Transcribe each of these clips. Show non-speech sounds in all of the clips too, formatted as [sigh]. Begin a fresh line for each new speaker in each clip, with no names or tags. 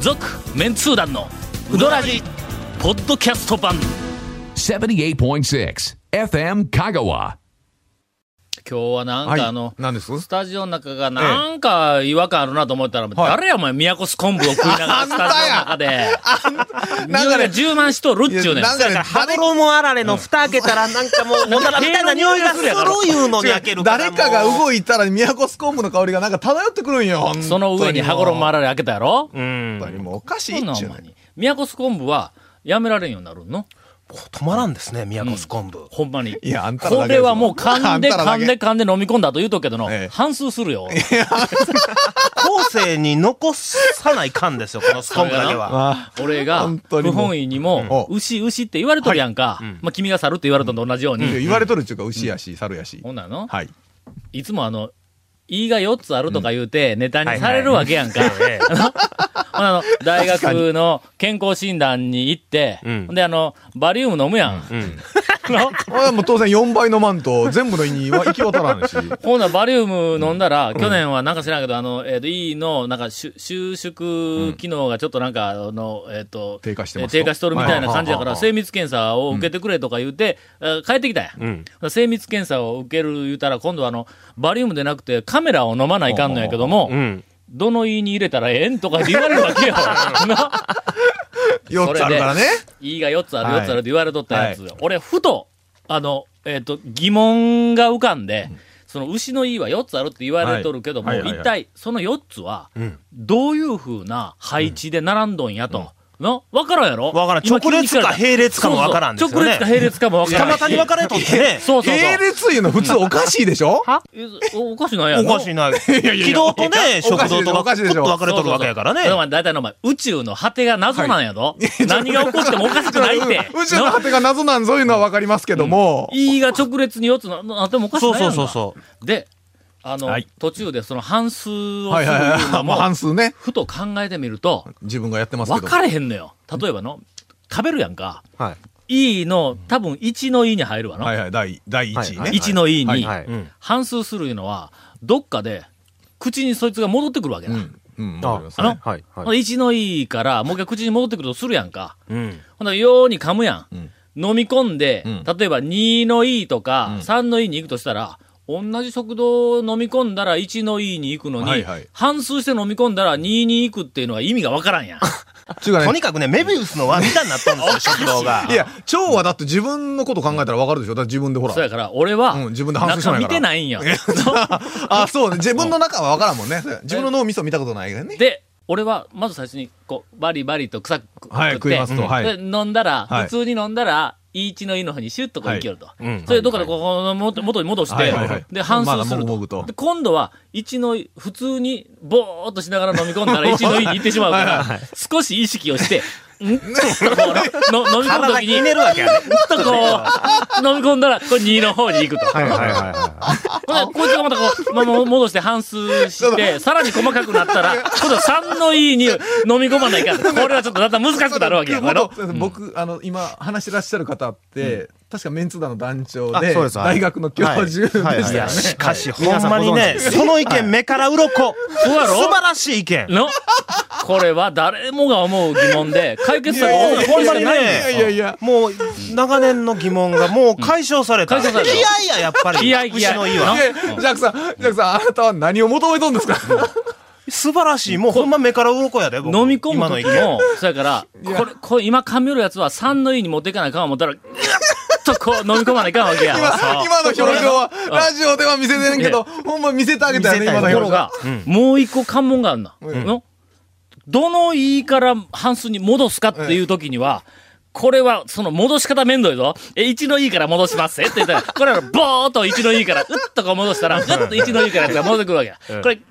続メンツー団のウドラジポッドキャスト版
78.6 FM Kagawa.
今日はなんか、
はい
あの
何です
スタジオの中がなんか違和感あるなと思ったら、誰やお前宮古ス昆布を食いながら
[laughs]
スタジオの中で匂いが充満しとるっちゅうねん
なんかね、
ハブロモアラレの蓋開けたらなんかもう、お [laughs] ならみたいな匂いがするいうのに開けるから。
誰かが
い
動いたら、宮古スコンブの香りがなんか漂ってくるんよ。
その上に羽衣あ
ら
られ開けたやろ
うん。
もうおかしい
そんな
っ
ん
ちゅ
お
う
前
ね。
に宮古ス昆布はやめられんようになるの
止まらんですね、宮古ス昆布。
ほんまに。
いやあんたら
こ
だけです
れ
よ
はもう噛んで
あんたら
噛
だ
ん
け
で噛んで飲み込んだと言うとくけどの、
ええ
反数するよ。
後世に残さないかんですよ、このスコンブだけは。
あ
俺が、
本当に
不
もう
本意にも、
うん
牛牛って言われとるやんか。まあ、君が猿って言われたのと同じように。
言われとるっちゅうか、牛やし、猿やし
ほ。んなの、
はい。
い、つもあの、胃が4つあるとか言うて、ネタにされるわけやんか。あのほんなの大学の健康診断に行って、
うん
ほんであの、バリウム飲むやん。
うん。
あもう当然4倍のマント、全部の胃には行き渡らんし。
ほんならバリウム飲んだら、去年はなんか知らんけど、あの、えっ、と、E の、なんか、しゅ収縮機能がちょっとなんか、あの、えっ、と、
低下してますと
え低下しとるみたいな感じだか
はいはいはいは
ら、
い
精密検査を受けてくれとか言うて、え帰ってきたやん。
うん。
精密検査を受ける言うたら、今度はあの、バリウムでなくてカメラを飲まないかんのやけども、
うん。
どの E に入れたらええんとかって言われるわけよ。な
4つあるからね。
いいが4つある、
はい
4つあるって言われとったやつ。俺、ふと、あの、えっ、と、疑問が浮かんで、その牛のいいは4つあるって言われとるけども、
はいはいはいはい
一体、その4つは、どういうふうな配置で並んどんやと。の分からんやろ
わからん
今
直列か
急に聞れた
並列かもわからんです
そ
よね
うそう直列か並列かも分から
た
んし。
またに分かれとってね。
そうそうそう。
並列いうの普通おかしいでしょ
はえおおかしないや
お
ろ
かしいな。軌道とね、食堂と
おか
が
し
ち
いで
ょ
し
っ
ょ
と分かれとるわけやからね。
そうそうそうだ大体のお前、宇宙の果てが謎なんや
[laughs]
ぞ。何が起こってもおかしくないって。
うん宇宙の果てが謎なんぞいうのはわかりますけども。
いいが直列に4つななってもおかしく
そう
ないや
そ
ん
う
か
そうそう。
で、あの、
はい
途中でその半数を
は
す
い
る
はいは
の
い。もう
も
半、数ね。
ふと考えてみると、
自分がやってますけ
分
ど。
かれへんのよ。例えばの、食べるやんか。
はい。
E の、多分1の E に入るわの。
はいはい。第、第1位ね。
1の E
はい
に、
はい
うん。
半数するいうのは、どっかで、口にそいつが戻ってくるわけだ。
うん。うん。わかります
あの
ね。
はい。
1の E から、もう一回口に戻ってくるとするやんか。
うん。
ほんなら、ように噛むやん。
ん
飲み込んで、
ん
例えば2の E とか、3の E に行くとしたら、同じ食堂を飲み込んだら1の E に行くのに、
はいはい
半数して飲み込んだら2に行くっていうのは意味がわからん
[laughs]
やん。
ちゅうか
と
ね
にかくね、メビウスの輪みたいになったん [laughs] ですよ、食堂が。
いや、蝶はだって自分のこと考えたらわかるでしょだって自分でほら
そう。やから、俺は、
うん自分で反省し
中
ない
見
から
てないん
[laughs]
や。
あ、そうね。自分の中はわからんもんね。自分の脳みそ見たことないからね。
で、俺は、まず最初に、こう、バリバリと臭く食って、
はい食いますと
うん
はい
で飲んだら、
はい
普通に飲んだら、E1 の E の方にシュッとこう行けると。
うん
それでどっかでここの元元に戻して、
はいはいはい
で、反
まだ
数する
も
と。
ぐもぐと
で、今度は、1の E、普通に、ぼーっとしながら飲み込んだら、1の
[laughs]
E に行ってしまうから、少し意識をして、
[laughs]
んっとこうの、の飲み込む
体
とき
ひ
に、んっ
ねるわけやね。
とこう、飲み込んだら、これ2の方に行くと。
はいはいは。
ほんで、こいつがまたこう、ま、も戻して半数して、さらに細かくなったら、今度3の E に飲み込まないから、これはちょっとだんだん難しくなるわけやから。
そうそう僕、あの、今、話してらっしゃる方って、確かメンツ団の団長で、
あそうですはい
大学の教授でしたよね。
はい
いや、しかし、ほ
皆
ん
さん
まにね、
ご存知です
その意見、目から鱗。
うやろ
素晴らしい意見。
の、これは誰もが思う疑問で、解決策
いやい
は
やいや
ほんま
い
に
や
ないいんだ
や
よ。
いやいや、
もう、長年の疑問がもう解消された。
うん解消された
いやいや、やっぱり。
いやいや
牛のいいわ
な。
でジャックさん、ジャックさん、あなたは何を求めとんですか
素晴らしい。もうほんま目から鱗やで、僕
飲み込む
今の
時
意見。
も、そやから、これ、これ今噛みよるやつは3の E に持っていかないかん思ったら、ぐっとこう飲み込まないかんわけや。
今
そう
今の表情は、
ん
ラジオでは見せてんけど、ほんま見せてあげたよね、
見せた
今
い
と
の
こ
表
ろ
情。
が、もう一個関門があるな。のどのいいから半数に戻すかっていう時には、これは、その、戻し方めんどいぞ。え、1のいいから戻しますえって言ったら、これは、ぼーっと1のいいから、うっとこう戻したら、うっと1のいいからやつが戻ってくるわけや。これ、うっ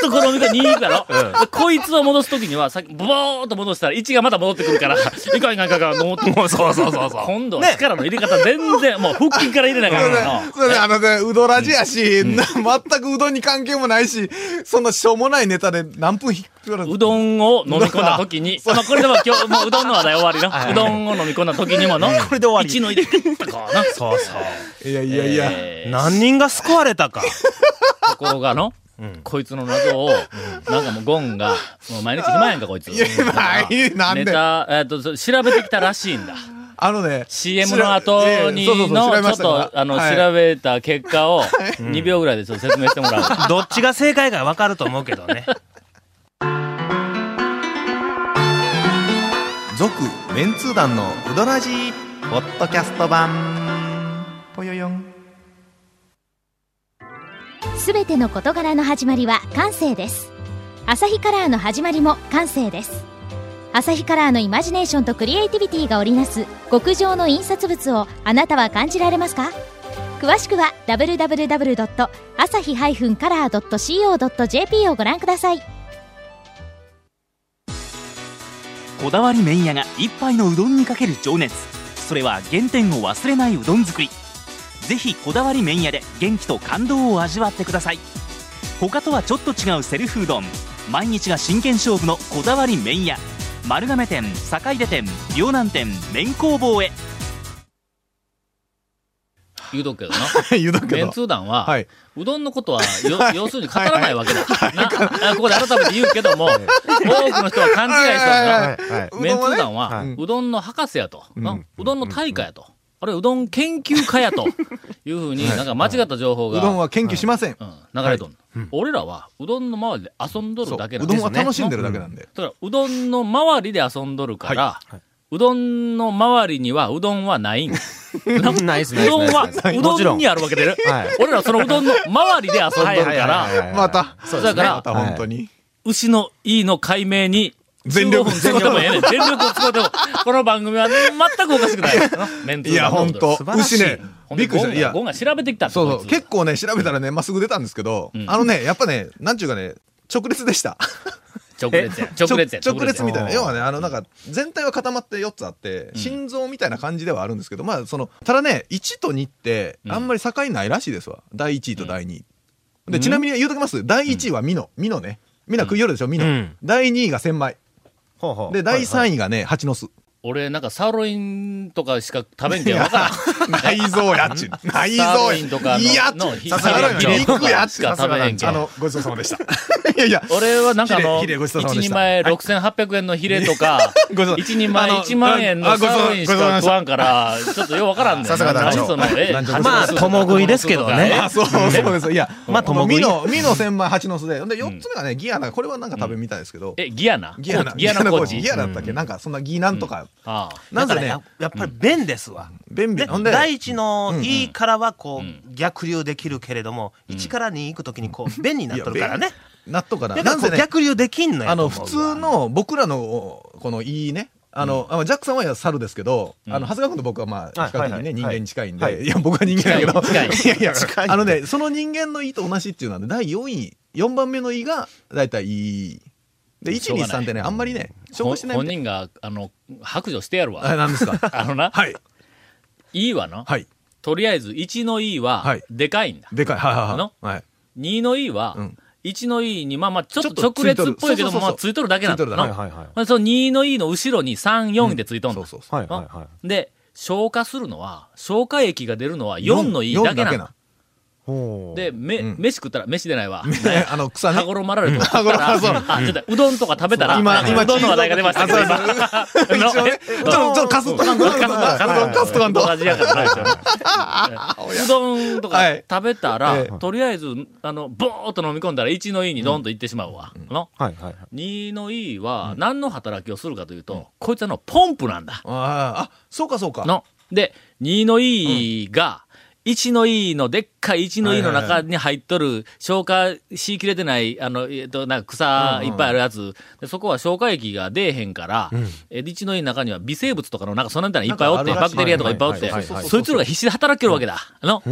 とこの見て2いいだろ、でこいつを戻す時には、さっき、ぼーっと戻したら、1がまた戻ってくる [laughs] から、いかんいかんいかんいかん、もう、もうそうそうそうそう。今度は力の入れ方全然、もう腹筋から入れなが
そうね
らの。
そうね、あのね、うどラジやし、な全くうどんに関係もないし、そんなしょうもないネタで何分引くから
うどんを飲み込んだ時
[laughs]
に、まあこれでも今日、もううどんの話題終わりな。うどんを飲み込んだ時にも
[laughs]
の、こ
れで終わり
一の入れてとかな。
そうそう。
いやいやいや。
えー
何人が救われたか。
ところがの、こいつの謎を、なんかもうゴンが、もう毎日暇やんか、こいつ。
いやまあいいなんで
ネタ、えっと、そう調べてきたらしいんだ。
あのね。
CM の後に
調べいやい
の、ちょ
やそうそうそう調べま
っ
したから
と、あの、
はい
調べた結果を、2秒ぐらいでちょっと説明してもらう。
どっちが正解かわかると思うけどね。
続メンツー団のウドラジーポッドキャスト版ぽよよん
すべての事柄の始まりは感性ですアサヒカラーの始まりも感性ですアサヒカラーのイマジネーションとクリエイティビティが織りなす極上の印刷物をあなたは感じられますか詳しくは www.asahi-color.co.jp をご覧ください
こだわり麺屋が一杯のうどんにかける情熱それは原点を忘れないうどん作りぜひこだわり麺屋で元気と感動を味わってください他とはちょっと違うセルフうどん毎日が真剣勝負のこだわり麺屋丸亀店坂出店両南店麺工房へ
言うとくけどな。
[laughs] 言うとくけ
メン
ど。
ツー団は、
はいう
どんのことは、
[laughs]
よ要するに語らないわけだ。なあここで改めて言うけども、多くの人は勘違いしたんだ。
は
は
うどん
メンツ
は
ー
ね
団は、
はいう
どんの博士やと、なうどんの大家やと、あるいはうどん研究家やというふうに、なんか間違った情報
うどん
が、
は研究しません。
うん、流れとんの、俺らはうどんの周りで遊んど
そ
る
う
だけな
うん
です
どん
ね。
は楽しんでるだけなんで。
だからうどんの周りで遊んどるから、うどんの周りにはうどんは
[laughs]
ないんな
ないっすね
うどんは、
ないうもちろ
どん
ん
にあるわけでね [laughs]
はい
俺らそのうどんの周りで遊んどるから、
い
また。
そうだから
また本当に。
牛のいいの解明に、
全力
15分全力もええね
[laughs]
ん全力を使うても、この番組は全くおかしくない。メンツー
いや、
が
本当
素晴らしい
牛ね、
ほん
び
で
っくりした。いや
ゴンがゴ、ンが調べてきたって
そうそう。
こいつ
結構ね、調べたらね、まっすぐ出たんですけど、
ん
あのね、やっぱね、なんちゅうかね、直列でした。
直列や。直列や。
直列みたいな。
や
要はね、あの、なんか、全体は固まって4つあって、心臓みたいな感じではあるんですけど、まあ、その、ただね、1と2って、あんまり境ないらしいですわ。第1位と第2位。で、ちなみに言うときます。第1位はミノ。ミノね。みんな食いよるでしょ、ミノ
うん。
第2位が千枚。
ほうほう
で、第
位
3位がね、蜂の巣。
俺、なんかサーロインとかしか食べんけんわからん。
内臓やっちゅう。内臓
[laughs] サーロ
や
インとかの
いやっ
の
ちゅう。サーロイン
ヒレ
肉やっ
し
ちゅう
か食べへんけん
あの、ごちそうさまでした。
[laughs]
いや [laughs] いや。
俺はなんかあの、
ヒレヒレごちそうさま
一
でし
人
た
前6800円のヒレとか、
[laughs] ごちそう
一人前
あの
1万円の
あごち
サ
そう
ーロインしか食わんから、ちょっとようわからんねん。
さすが団長
何そのえ
団長
まあ共食いですけどね
あ、そう、そうです。いや、
まあ
この
共食い
ミノ、ミノ千枚蜂の巣で。で、4つ目がね、ギアナ。これはなんか食べみたいですけど。
え、ギアナ
ギアナ、
ギアナコーチ。
ギアナだったっけなんか、そんなギなんとか。
ああ。
な
だ
んせ
から
ね
や、やっぱり便ですわ。
便秘。
ね
ほんで、
第一の E からはこう逆流できるけれども、1から2行くときにこう便になっとるからね。
納豆かな。
だ
な
から
ん
こ
せ
う
ね、
逆流できんの
あ
やと
の、
思う
普通
わ
の僕らの、このいいね、あの、あジャックさんは猿ですけど、あの、長谷川君と僕はまあ、
はい
比較的
はいは
ね、
い
人間に近いん
は
で、
い
いや、僕は人間だけど、
近い近
いやい
近い
[laughs] や、あのね、その人間のいいと同じっていうのはね、第4位、4番目のいいが、だいたいいい。で、
しょう
1、2、
がない
3ってね、あんまりね、勝
ほ
負してないみ
本
たい。
人が、あの、白状してやる
あ、
わ。
なんですか
あのな、
[laughs] はい。
いいわな。
はい。
とりあえず、1の E
は、
はいでかいんだ。
でかい。はいはい
の
はいはい。
2の E は
うん、
1の E に、まあまあ、ちょっ
ちょ
と
っと
直列っぽいけど
ついとるそうそうそう
も、まあ、ついとるだけなんだ
ついとるだ
な
け
はいはい
まあその2の E の後ろに3、4でついとん
そ
だ
う。そうそう。
はいはいはい
で、消化するのは、消化液が出るのは4の E
四
だけなん
な
だ。で、め、
うん
飯食ったら、飯でないわ。
ね [laughs] あの、草ね
羽。衣まられとか食ったら、
羽衣そう
あ、ちょっと、うどんとか食べたら、
今今
うどんの話題が出ましたけど、今。 [laughs]
一応ね、ちょっと、ちょっとかすっとかんと。
カス
うどんカスとかんと
味やからないですよねうどんと
は
か
い
食べたら、
ええ
とりあえず、あの、ぼーっと飲み込んだら1の E にドンと行ってしまうわ。の
はいはいはい
2の E は、何の働きをするかというと、こいつはあの、ポンプなんだ。
あーあ、そうかそうか。
の。で、2の E が、1の E の、でっかい1の E の中に入っとる、消化しきれてない、あの、えっと、なんか草いっぱいあるやつ、でそこは消化液が出えへんから、え1の E の中には微生物とかの、なんかそんなんみたいなのいっぱいおって、
なんか
バ
あるらしい
クテリアとかいっぱいおって
はいはいはいはい、
そいつらが必死で働けるわけだ。の。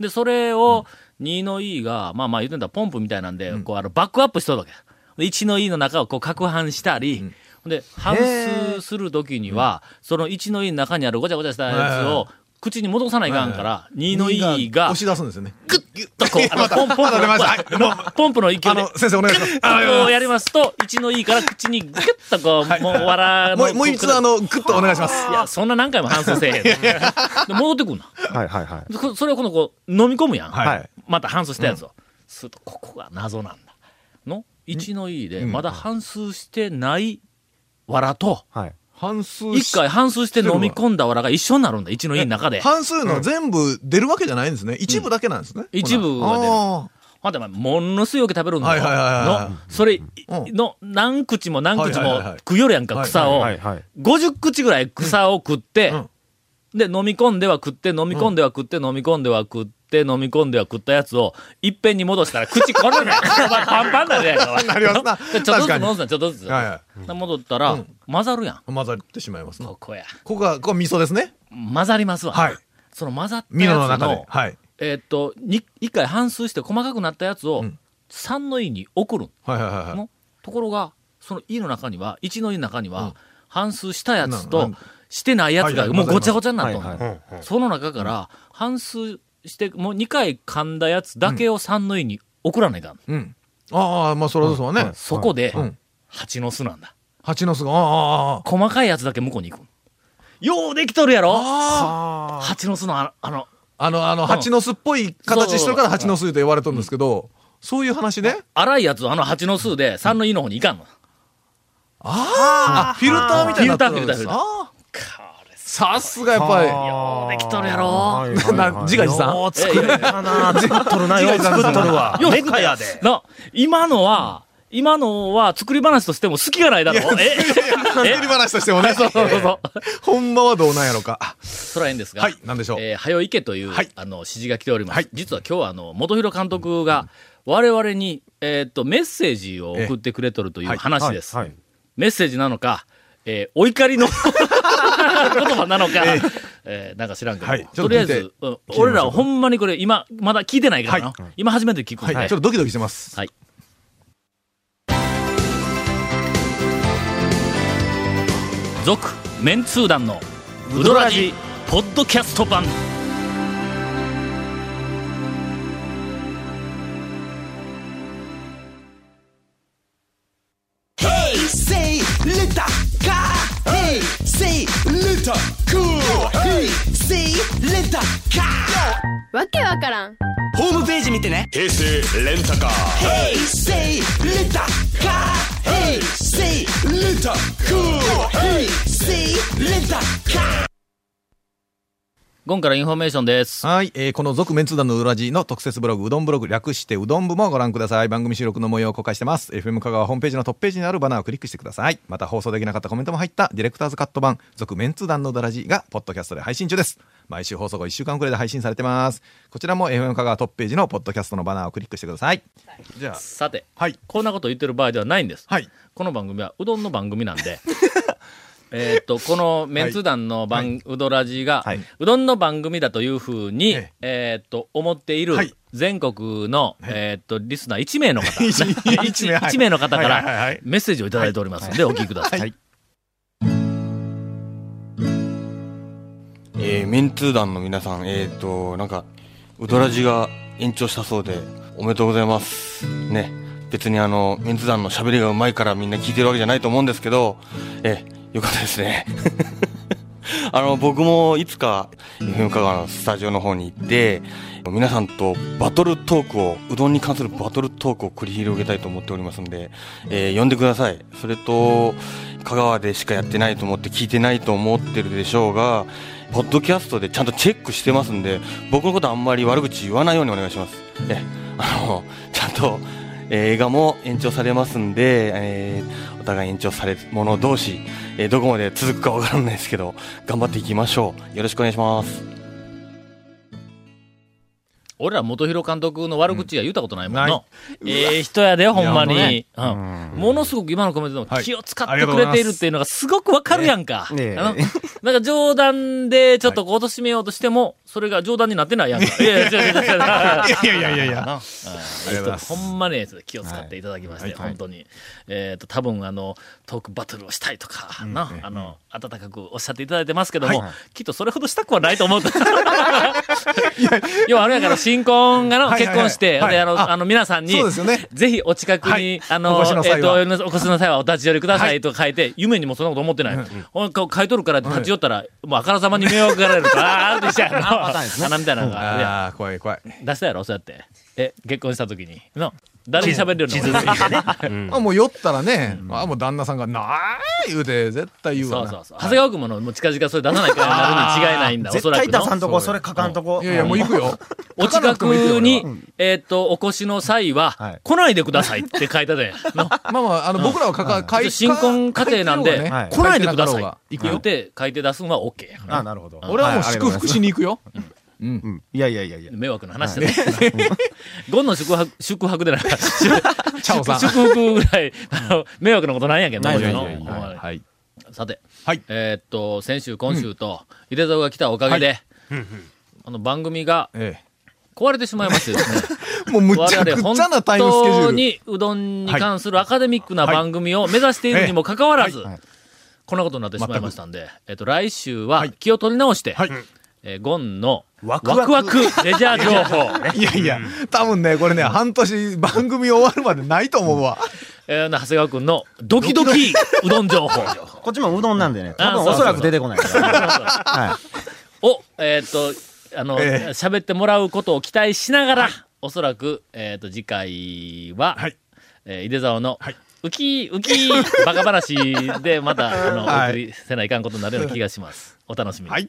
で、それを、2の E が、まあまあ言ってたらポンプみたいなんで、こう、あの、バックアップしとるわけだ。で1の E の中をこう、攪拌したり、で、反数するときには、その1の E の中にあるごちゃごちゃしたやつを、口に戻さないかんから、2の E が、
押し出すんですよね。
グッとこう、あの、ポンポンプ
出ましたはい
の、ポンプの勢いで、
あの、先生お願いします。あ
こうやりますと、1の E から口にグッとこう、もう笑
もう、もう一度あ、の、グッとお願いします。
いや、そんな何回も反数せえへん。で戻ってくんな。
はいはいはい
でこそれをこの子、飲み込むやん。
はい
また反芻したやつを。するとここが謎なんだの一の E でまだ半数してない藁と
はい。
半数
一回半数して飲み込んだ藁が一緒になるんだ一の E の中で
半数の全部出るわけじゃないんですね。一部だけなんですね。
一部が出る
あ
ほんで、まあものすごいよく食べるんだ
はい
よ。
はいはいはい
の、それ、い
うん
の、何口も何口
はいは
も
いはいはい
食うよるやんか、
はい
草を。
はいはい。
50口ぐらい草を食って
うん、
で、飲み込んでは食って、飲み込んでは食って、飲み込んでは食って、飲み込んでは食ったやつを、いっぺんに戻したら、口これね、 [laughs] パンパンだね。な
ります
[laughs]
な
ちょっとず
確
つ
かに
飲んだ、ちょっとずつ。
はいは
で戻ったら、混ざるやん。
あ。混ざってしまいますね。
ここや。
ここが、ここが味噌ですね。
混ざりますわ。
はい
その混ざった
ミ
や
ノの
つ
中で
の。、
はい。
えーっと、に一回半数して細かくなったやつを
ん、
3の E に送るん。
はいはいはいはい。
のところが、その E の中には、1の E の中には、半数したやつ
な
と
な、
してないやつ
は
が
い
もう
ございます
ごちゃごちゃになっとんの
はいは
その中から、半数して、もう2回噛んだやつだけを3の E に送らないかん。
うん。ああ、まあ、それはそうだね。
そこで
うん、
蜂の巣なんだ。
蜂の巣が、ああ、ああ、
細かいやつだけ向こうに行く。ようできとるやろ
ああ。
蜂の巣のあの、あの、
あの、あの、蜂の巣っぽい形してるから
そう
蜂の巣と言われとるんですけど、そういう話ね。
荒いやつをあの蜂の巣で3の E の方に行かんの。
ああ、フィルターみたいになってるんです
フィルターフィルターフィルター
ああ
かーです
さすがやっぱり。
ようできとるや
は
ろ
いはいはい
な自画自賛
よう作ったな作っとるな、よう作っとるわ。
よう
メ
作っ
ッカや
[laughs]
で。
な、今のは、今のは作り話としても好きがないだろえ
[laughs] 作り話としてもね、そう
そうそうそう。
ほんまはどうなんやろか。あ
そらええんですが。
はい、なんでしょう。
えー、はよいけという、
はい
あの、指示が来ております。
はい
実は今日は、あの、元広監督が、我々に、えーっと、メッセージを送ってくれとるという話です。
はい。
メッセージなのか、えーお怒りの [laughs] 言葉なのか、えーなんか知らんけど、
はいちょっと
とりあえ
聞いて
ず、うん俺らはほんまにこれ、今、まだ聞いてないからな。
は
今初めて聞くん
は
で、
い、ちょっとドキドキしてます。
はい。続、メンツー団の、ウドラジ、ポッドキャスト版。
わけわからん
ゴンからインフォメーションです。
はい、えーこの続メンツー団の裏地の特設ブログ、うどんブログ略してうどん部もご覧ください。番組収録の模様を公開してます。FM 香川ホームページのトップページにあるバナーをクリックしてください。また放送できなかったコメントも入ったディレクターズカット版、続メンツー団の裏地が、ポッドキャストで配信中です。毎週放送後1週間くらいで配信されてます。こちらも FM 香川トップページのポッドキャストのバナーをクリックしてください。じゃあ、
さて、
はい。
こんなこと言ってる場合ではないんです。
はい。
この番組はうどんの番組なん [laughs] で、えーっと、このメンツ団の番、うどらじが、
はいう
どんの番組だというふうに、
え
えーっと、思っている
はい
全国の、えーっと、リスナー1名の方、 [laughs] 一
一名はい
一名の方か
はいはいは
ら
い
メッセージをいただいておりますので、お聞きください。
えー、メンツー団の皆さん、えっ、ー、と、なんか、ウドラジが延長したそうで、おめでとうございます。ね。別にあの、メンツ団の喋りがうまいからみんな聞いてるわけじゃないと思うんですけど、えー、よかったですね。あの、僕もいつか、FM 香川のスタジオの方に行って、皆さんとバトルトークを、うどんに関するバトルトークを繰り広げたいと思っておりますので、えー呼んでください。それと、香川でしかやってないと思って聞いてないと思ってるでしょうが、ポッドキャストでちゃんとチェックしてますんで、僕のことあんまり悪口言わないようにお願いします。え、あの、ちゃんと、えー映画も延長されますんで、えーお互い延長されるもの同士、えーどこまで続くかわからないですけど、頑張っていきましょう。よろしくお願いします。
俺ら元広監督の悪口は言ったことないもん
な
の
い。
ええ人やで、ほんま
いや
に。うんものすごく今のコメントで
は
も
い
気を使ってくれているっていうのがすごくわかるやんか。あの
ねえ
[laughs] なんか冗談でちょっとこう貶めようとしても、それが冗談になってないやんか。いやいや違う違う違う
いやいやいやい
な
や。りがとうございます
ほんまね、気を使っていただきまして、本当に。えっと、多分あの、トークバトルをしたいとか、
[laughs]
な、あの、温かくおっしゃっていただいてますけども、きっとそれほどしたくはないと思う。要はあれやから、新婚がの、
はいはい
結婚して、
はい
で、あの、
あ
あの、皆さんに、
そうですよね
ぜひお近くに、
はい
あの、
お越しの
えっ、
際は
と、お越しの際はお立ち寄りくださいと書いて、夢にもそんなこと思ってない。ほんこう書いとるから立ち寄ったら、もうあからさまに迷惑がられるから、あーってしたや
[laughs]
ろ。花みたいなのが。で
ああ、怖い怖い。
出したやろ、そうやって。え、結婚した時に。の、誰に喋れるの
地図でね。
あもう酔ったらね、あもう旦那さんが、なーい言うて、絶対言
[laughs]
う
そ
わ
う
な。
そうそう。長谷川君もの、もう近々それ出さないからなるに違いないんだ、おそ
絶
ら
対
く
出さ
の
ん。とこ、それ書かんとこ。
いやいや、もう行くよ。
お近くに、えっと、お越しの際は
はい、
来ないでくださいって書いた
[laughs]
で。の
まあまあ、あの、僕らはかか、かい
新婚家庭なんで、
はい
来ないでください。
行く
言う
よ。
て、書いて出すのは OK やから
あ、なるほど。
俺はもう
い
祝福し。に行くよ。
ありがとうございますうんいやいやいやいや。
迷惑な話だね。 [laughs] ゴンの宿泊、宿泊でない。祝
チャオさ
[laughs]
ん。
祝福ぐらい、あの、迷惑なことないんやけど、
ない
もちろん
ないないない
はい
はい。
さて、
はい
えーっと、先週、今週と、井出蔵が来たおかげで、あの、番組が
え
壊れてしまいましてです
[laughs]
ね。
え。もうむ
我
ちゃく
々
ちゃなタイムスケジ
本
ュー
当
ル。
にうどんに関するアカデミックな番組を目指しているにもかかわらず、こんなことになってしまいましたんで、えっと、来週は気を取り直して、えーゴンのワ
ワ
ク
ク
ワ
ワ
ク
ク
レジャー情報、
いやいや、多分ね、これね、半年番組終わるまでないと思うわ。
えー長谷川くんのドキドキうどん情
[laughs]
報
こっちもうどんなんでね、
あ
多分
そうそう
お
そう
そらく出てこないから。 [laughs] は
を、えっと、あの、
ええ
喋ってもらうことを期待しながら、おそらく、えっと、次回は、
はい
えー、井出沢の、浮き、浮き、バカ話で、ま
[laughs]
た、あの、
はい
お送りせないかんことになるような気がします。お楽しみに。
はい。